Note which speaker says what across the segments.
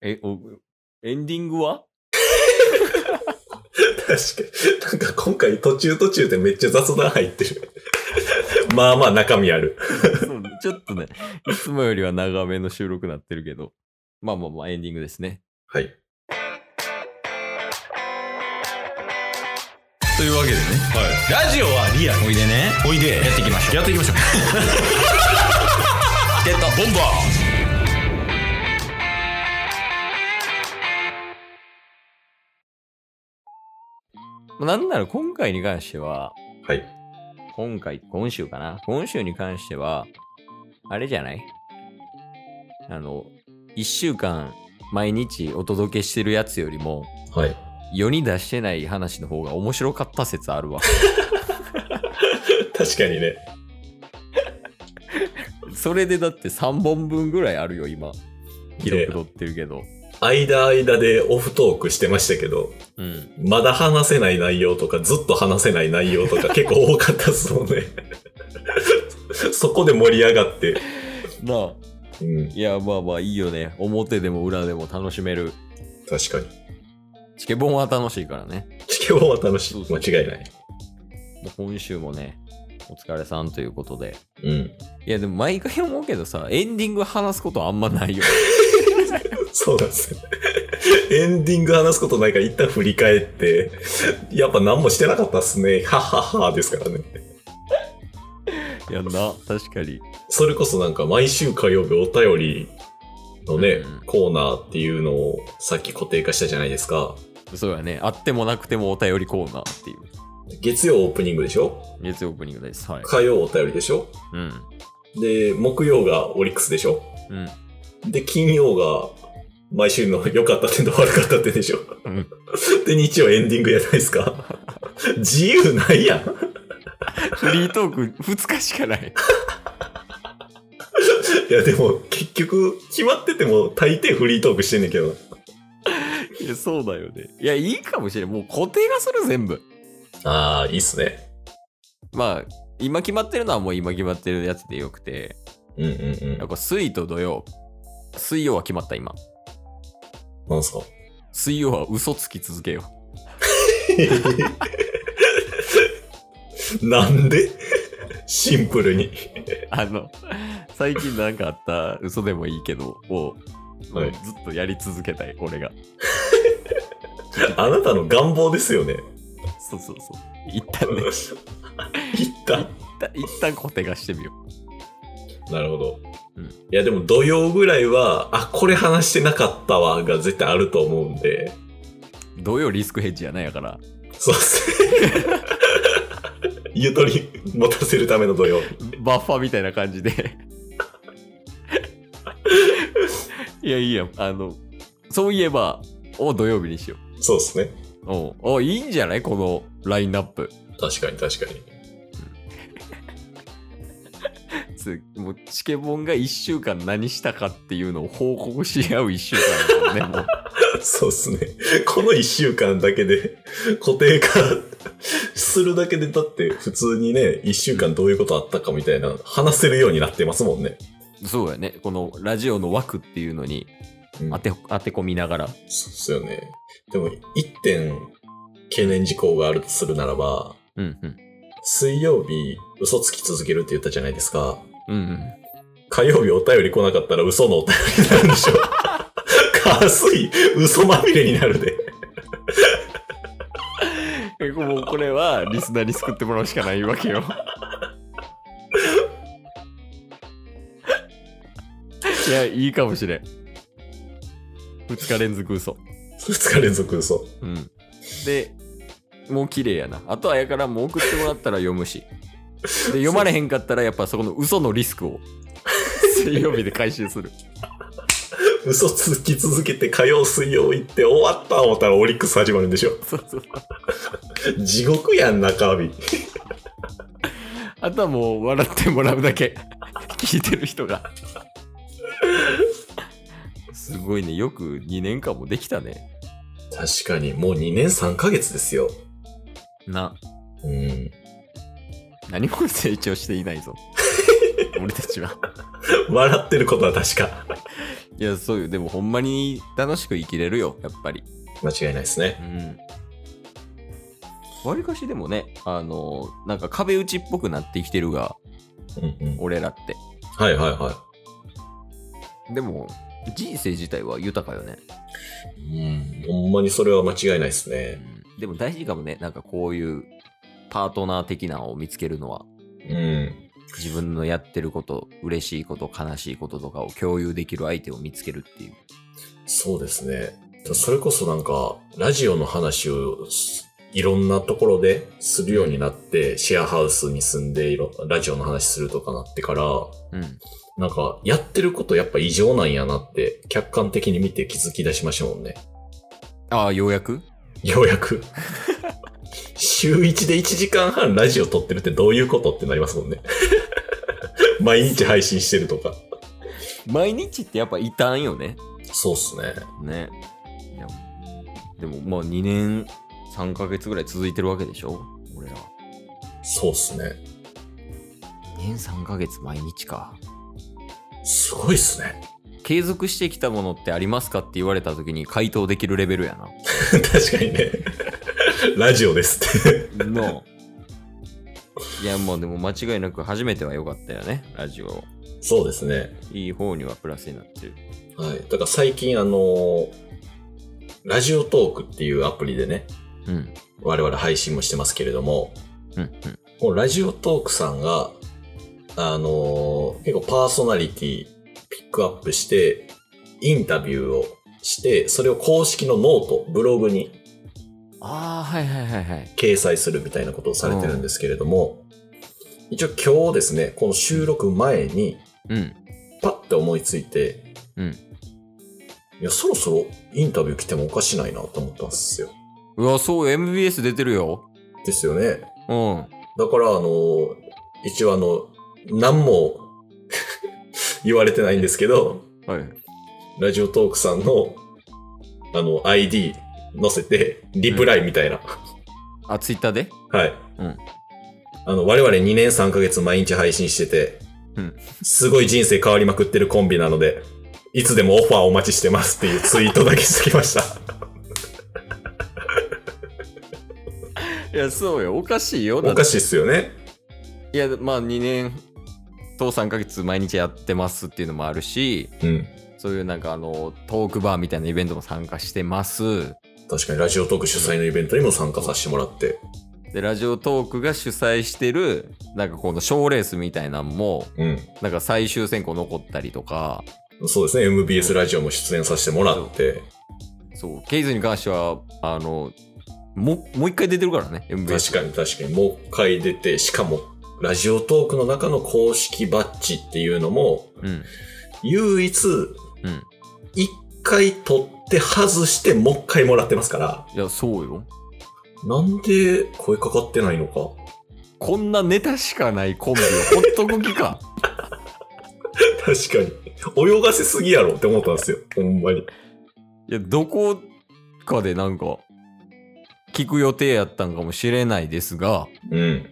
Speaker 1: え、お、エンディングは
Speaker 2: 確かに。なんか今回途中途中でめっちゃ雑談入ってる。 まあまあ中身ある。
Speaker 1: そうちょっとね、いつもよりは長めの収録になってるけど、まあまあまあエンディングですね。
Speaker 2: はい。
Speaker 1: というわけでね、
Speaker 2: ラジオはリアル。
Speaker 1: おいでね、
Speaker 2: おいで。やっていきましょう。やっていき ましょう。
Speaker 1: ゲットボンバーなんなら今回に関しては、
Speaker 2: はい。
Speaker 1: 今回、今週かな今週に関しては、あれじゃないあの、1週間毎日お届けしてるやつよりも、
Speaker 2: はい。
Speaker 1: 世に出してない話の方が面白かった説あ るわ。
Speaker 2: 確かにね。
Speaker 1: それでだって3本分ぐらいあるよ、今。記録取ってるけど。
Speaker 2: 間間でオフトークしてましたけど、
Speaker 1: うん。
Speaker 2: まだ話せない内容とか、ずっと話せない内容と か結構多かったっすもんね。そこで盛り上がって。
Speaker 1: なあ。
Speaker 2: うん、
Speaker 1: いや、まあまあいいよね。表でも裏でも楽しめる。
Speaker 2: 確かに。
Speaker 1: チケボンは楽しいからね。
Speaker 2: チケボンは楽し
Speaker 1: そう
Speaker 2: い。
Speaker 1: そう
Speaker 2: 間違いない。
Speaker 1: もう今週もね、お疲れさんということで。
Speaker 2: うん。
Speaker 1: いや、でも毎回思うけどさ、エンディング話すことあんまないよ。
Speaker 2: そうなんですよ。 エンディング話すことないから一旦振り返って、やっぱ何もしてなかったっすね。はっはっはですからね。
Speaker 1: い やな、確かに。
Speaker 2: それこそなんか毎週火曜日お便りのね、
Speaker 1: うん
Speaker 2: コーナーっていうのをさっき固定化したじゃないですか。
Speaker 1: そうやね。あってもなくてもお便りコーナーっていう。
Speaker 2: 月曜オープニングでしょ
Speaker 1: 月曜オープニングです。はい。
Speaker 2: 火曜お便りでしょ
Speaker 1: うん。
Speaker 2: で、木曜がオリックスでしょ
Speaker 1: うん。
Speaker 2: で、金曜が毎週の良かった点と悪かった点でしょ
Speaker 1: うん
Speaker 2: で、日曜エンディングやないですか 自由ないやん。
Speaker 1: フリートーク2日しかない。
Speaker 2: いやでも結局決まってても大抵フリートークしてんねんけど
Speaker 1: いや、そうだよね。いや、いいかもしれん。もう固定がする、全部。
Speaker 2: ああいいっすね
Speaker 1: まあ、今決まってるのはもう今決まってるやつでよくて、
Speaker 2: うんうん
Speaker 1: なんか水と土曜。水曜は決まった、今。
Speaker 2: うんなんすか
Speaker 1: 水曜は嘘つき続けよ
Speaker 2: なんで シンプルに
Speaker 1: う。あの、最近なんかあった嘘でもいいけど、を、
Speaker 2: はい
Speaker 1: ずっとやり続けたい、俺が。
Speaker 2: あなたの願望です よね
Speaker 1: そうそうそう。一旦ね、
Speaker 2: いった
Speaker 1: 一旦固定がしてみよ
Speaker 2: なるほど、
Speaker 1: うん
Speaker 2: いやでも土曜ぐらいはあこれ話してなかったわが絶対あると思うんで
Speaker 1: う。土曜リスクヘッジやないやから。
Speaker 2: そうっすね ゆとり持たせるための土曜
Speaker 1: バッファーみたいな感じ で。いや、いいや、あの、そういえば、を土曜日にしよ
Speaker 2: そうっすね
Speaker 1: う。おうおいいんじゃないこのラインナップ。
Speaker 2: 確かに確かに
Speaker 1: つもうチケボンが1週間何したかっていうのを報告し合う1週間だよね、もう。
Speaker 2: そうですね。この一週間だけで固定化するだけで、だって普通にね、一週間どういうことあったかみたいな話せるようになってますもんね。
Speaker 1: そうやね。このラジオの枠っていうのに
Speaker 2: うん
Speaker 1: 当て,、当て込みながら。
Speaker 2: そうっすよね。でも、一点懸念事項があるとするならば、
Speaker 1: うんうん。
Speaker 2: 水曜日嘘つき続けるって言ったじゃないですか。
Speaker 1: うんうん。
Speaker 2: 火曜日お便り来なかったら嘘のお便りになるんでしょ。かすい嘘まみれになるで。
Speaker 1: えもうこれはリスナーに救ってもらうしかないわけよ。 いや、いいかもしれん。2日連続嘘。
Speaker 2: 二日連続嘘。
Speaker 1: うん。で、もう綺麗やな。あとはやからもう送ってもらったら読むし。で、読まれへんかったらやっぱそこの嘘のリス クを水曜日で回収する。
Speaker 2: 嘘つき続けて火曜水曜行って終わった思ったらオリックス始まるんでしょ
Speaker 1: そうそう。
Speaker 2: 地獄やん中日
Speaker 1: あとはもう笑ってもらうだけ。聞いてる人が。すごいね。よく2年間もできたね。
Speaker 2: 確かにもう2年3ヶ月ですよ
Speaker 1: な、
Speaker 2: うん
Speaker 1: 何も成 長していないぞ。俺たちは。
Speaker 2: 笑ってることは確か
Speaker 1: いいや、そうよ。でもほんまに楽しく生きれるよ、やっぱり。
Speaker 2: 間違いないですね。
Speaker 1: うん。わりかしでもね、あの、なんか壁打ちっぽくなってきてるが、
Speaker 2: うんうん。
Speaker 1: 俺らって。
Speaker 2: はいはいは
Speaker 1: でも、人生自体は豊かよね。
Speaker 2: い。うん。ほんまにそれは間違いないですね。
Speaker 1: うんでも大事かもね、なんかこういうパートナー的なのを見つけるのは、
Speaker 2: うん。
Speaker 1: 自分のやってること、嬉しいこと、悲しいこととかを共有できる相手を見つけるっていう。
Speaker 2: そうですね。それこそなんか、ラジオの話をすいろんなところでするようになって、シェアハウスに住んでいろ、ラジオの話するとかなってから、
Speaker 1: うん。
Speaker 2: なんか、やってることやっぱ異常なんやなって、客観的に見て気づき出しましたもんね。
Speaker 1: ああ、ようやく
Speaker 2: ようやく。週1で1時間半ラジオ撮ってるってどういうことってなりますもんね。 毎日配信してるとか。
Speaker 1: 毎日ってやっぱ異端よね。
Speaker 2: そうっすね。
Speaker 1: ね。いやでもまあ2年3ヶ月ぐらい続いてるわけでしょ俺ら。
Speaker 2: そうっすね。
Speaker 1: 2年3ヶ月毎日か。
Speaker 2: すごいっすね。
Speaker 1: 継続してきたものってありますかって言われた時に回答できるレベルやな。
Speaker 2: 確かにね。 ラジオですって。
Speaker 1: の。 いやもうでも間違いなく初めては良かったよね、ラジオ。
Speaker 2: そうですね。
Speaker 1: いい方にはプラスになってる。
Speaker 2: はい。だから最近あの、ラジオトークっていうアプリでね、
Speaker 1: うん。
Speaker 2: 我々配信もしてますけれども、
Speaker 1: うん
Speaker 2: もうラジオトークさんが、あのー結構パーソナリティピックアップして、インタビューをして、それを公式のノート、ブログに
Speaker 1: ああ、はいはいはいはい。
Speaker 2: 掲載するみたいなことをされてるんですけれども、一応今日ですね、この収録前に、
Speaker 1: うん。
Speaker 2: パッて思いついて、
Speaker 1: うん。
Speaker 2: いや、そろそろインタビュー来てもおかしないなと思ったんですよ。
Speaker 1: うわ、そう、MBS 出てるよ。
Speaker 2: ですよね。
Speaker 1: うん。
Speaker 2: だから、あのー一応あの、何も 言われてないんですけど、
Speaker 1: はい。
Speaker 2: ラジオトークさんの、あの、ID 載せて、リプライみたいな。
Speaker 1: あ、ツイッターで
Speaker 2: はい。
Speaker 1: うん
Speaker 2: あの、我々2年3ヶ月毎日配信してて、
Speaker 1: うん
Speaker 2: すごい人生変わりまくってるコンビなので、いつでもオファーお待ちしてますっていうツイートだけしてき ました。
Speaker 1: いや、そうよ。おかしいよ。
Speaker 2: おかしいっすよね。
Speaker 1: いや、まあ2年と3ヶ月毎日やってますっていうのもあるし、
Speaker 2: うん。
Speaker 1: そういうなんかあの、トークバーみたいなイベントも参加してます。
Speaker 2: 確かにラジオトーク主催のイベントにも参加させてもらって。
Speaker 1: で、ラジオトークが主催してる、なんかこの賞レースみたいなんも、
Speaker 2: うん。
Speaker 1: なんか最終選考残ったりとか、
Speaker 2: そうですね。MBS ラジオも出演させてもらって。
Speaker 1: そう、ケイズに関しては、あの、ももう一回出てるからね、MBS。
Speaker 2: 確かに確かに。もう一回出て、しかも、ラジオトークの中の公式バッジっていうのも、
Speaker 1: うん。
Speaker 2: 唯一、
Speaker 1: うん。
Speaker 2: 一回取って外して、もう一回もらってますから。
Speaker 1: いや、そうよ。
Speaker 2: なんで声かかってないのか。
Speaker 1: こんなネタしかないコンビをほっとく気か。
Speaker 2: 確かに。泳がせすぎやろって思ったんですよ。ほんまに。
Speaker 1: いや、どこかでなんか、聞く予定やったんかもしれないですが、
Speaker 2: うん。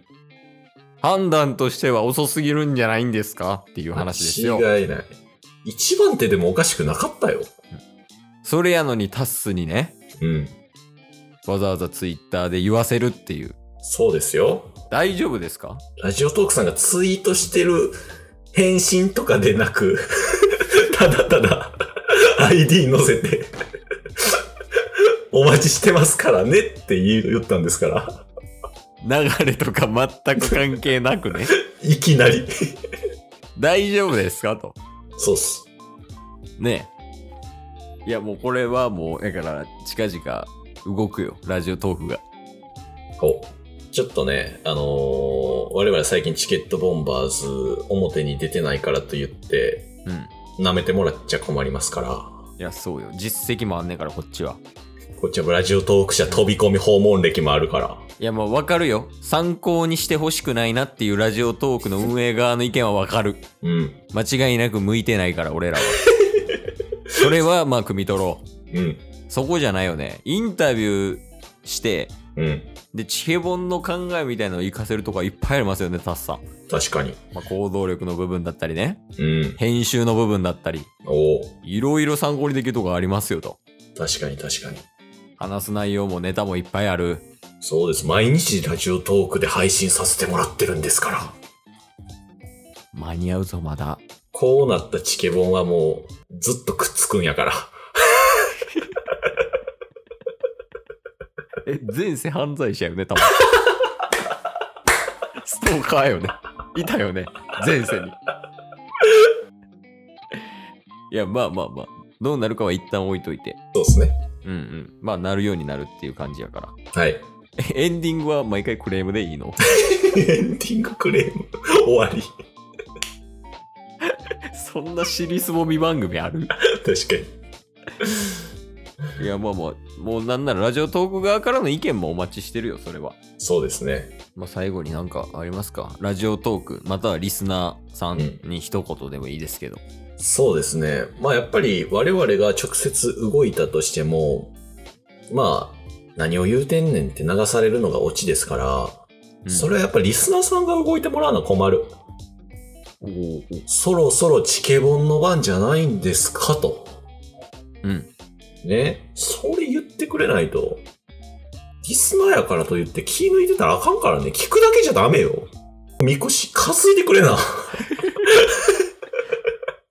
Speaker 1: 判断としては遅すぎるんじゃないんですかっていう話ですよ。
Speaker 2: 間違いない。一番手でもおかしくなかったよ。
Speaker 1: それやのにタッスにね、
Speaker 2: うん。
Speaker 1: わざわざツイッターで言わせるっていう。
Speaker 2: そうですよ。
Speaker 1: 大丈夫ですか
Speaker 2: ラジオトークさんがツイートしてる返信とかでなく、 ただただ ID 載せて、お待ちしてますからねって言ったんですから、
Speaker 1: 流れとか全く関係なく ね。
Speaker 2: いきなり。
Speaker 1: 大丈夫ですかと。
Speaker 2: そうっす。
Speaker 1: ねえ。いや、もうこれはもう、だから、近々動くよ。ラジオトークが。
Speaker 2: こう。ちょっとね、あのー我々最近チケットボンバーズ表に出てないからと言って、
Speaker 1: うん。
Speaker 2: 舐めてもらっちゃ困りますから、
Speaker 1: いや、そうよ。実績もあんねんから、こっちは。
Speaker 2: こっちはラジオトーク社飛び込み訪問歴もあるから。
Speaker 1: いや、まあ、わかるよ。参考にしてほしくないなっていうラジオトークの運営側の意見はわかる。
Speaker 2: うん。
Speaker 1: 間違いなく向いてないから、俺らは。それは、まあ、汲み取ろう。
Speaker 2: うん。
Speaker 1: そこじゃないよね。インタビューして、
Speaker 2: うん。
Speaker 1: で、チケボンの考えみたいなのを活かせるとこはいっぱいありますよね、タスさん。
Speaker 2: 確かに。
Speaker 1: まあ、行動力の部分だったりね、
Speaker 2: うん。
Speaker 1: 編集の部分だったり、
Speaker 2: おお。
Speaker 1: いろいろ参考にできるとこありますよと。
Speaker 2: 確かに確かに。
Speaker 1: 話す内容もネタもいっぱいある。
Speaker 2: そうです。毎日ラジオトークで配信させてもらってるんですから。
Speaker 1: 間に合うぞ、まだ。
Speaker 2: こうなったチケボンはもう、ずっとくっつくんやから。
Speaker 1: え、前世犯罪者よね、多分。 ストーカーよね。いたよね、前世に。いや、まあまあまあ、どうなるかは一旦置いといて。
Speaker 2: そうですね。
Speaker 1: うんうん。まあ、なるようになるっていう感じやから。
Speaker 2: はい。
Speaker 1: えエンディングは毎回クレームでいいの
Speaker 2: エンディングクレーム。終わり。
Speaker 1: そんな尻すぼみ番組ある
Speaker 2: 確かに。
Speaker 1: いや、まあまあ、もうなんならラジオトーク側からの意見もお待ちしてるよ、それは。
Speaker 2: そうですね。
Speaker 1: まあ、最後になんかありますかラジオトーク、またはリスナーさんに一言でもいいですけど。
Speaker 2: そうですね。まあやっぱり我々が直接動いたとしても、まあ、何を言うてんねんって流されるのがオチですから、
Speaker 1: うん
Speaker 2: それはやっぱりリスナーさんが動いてもらうのは困る。
Speaker 1: おーおー
Speaker 2: そろそろチケボンの番じゃないんですかと。
Speaker 1: うん。
Speaker 2: ね。それ言ってくれないと。リスナーやからと言って気抜いてたらあかんからね。聞くだけじゃダメよ。みこし、担いでくれな。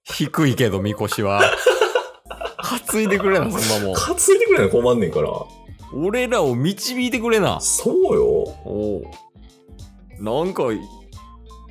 Speaker 1: 低いけど、みこしは。担いでくれな、そんなも
Speaker 2: 担いでくれな困んねんから。
Speaker 1: ん。俺らを導いてくれな。
Speaker 2: そうよ。
Speaker 1: おお。なんか、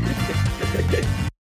Speaker 3: す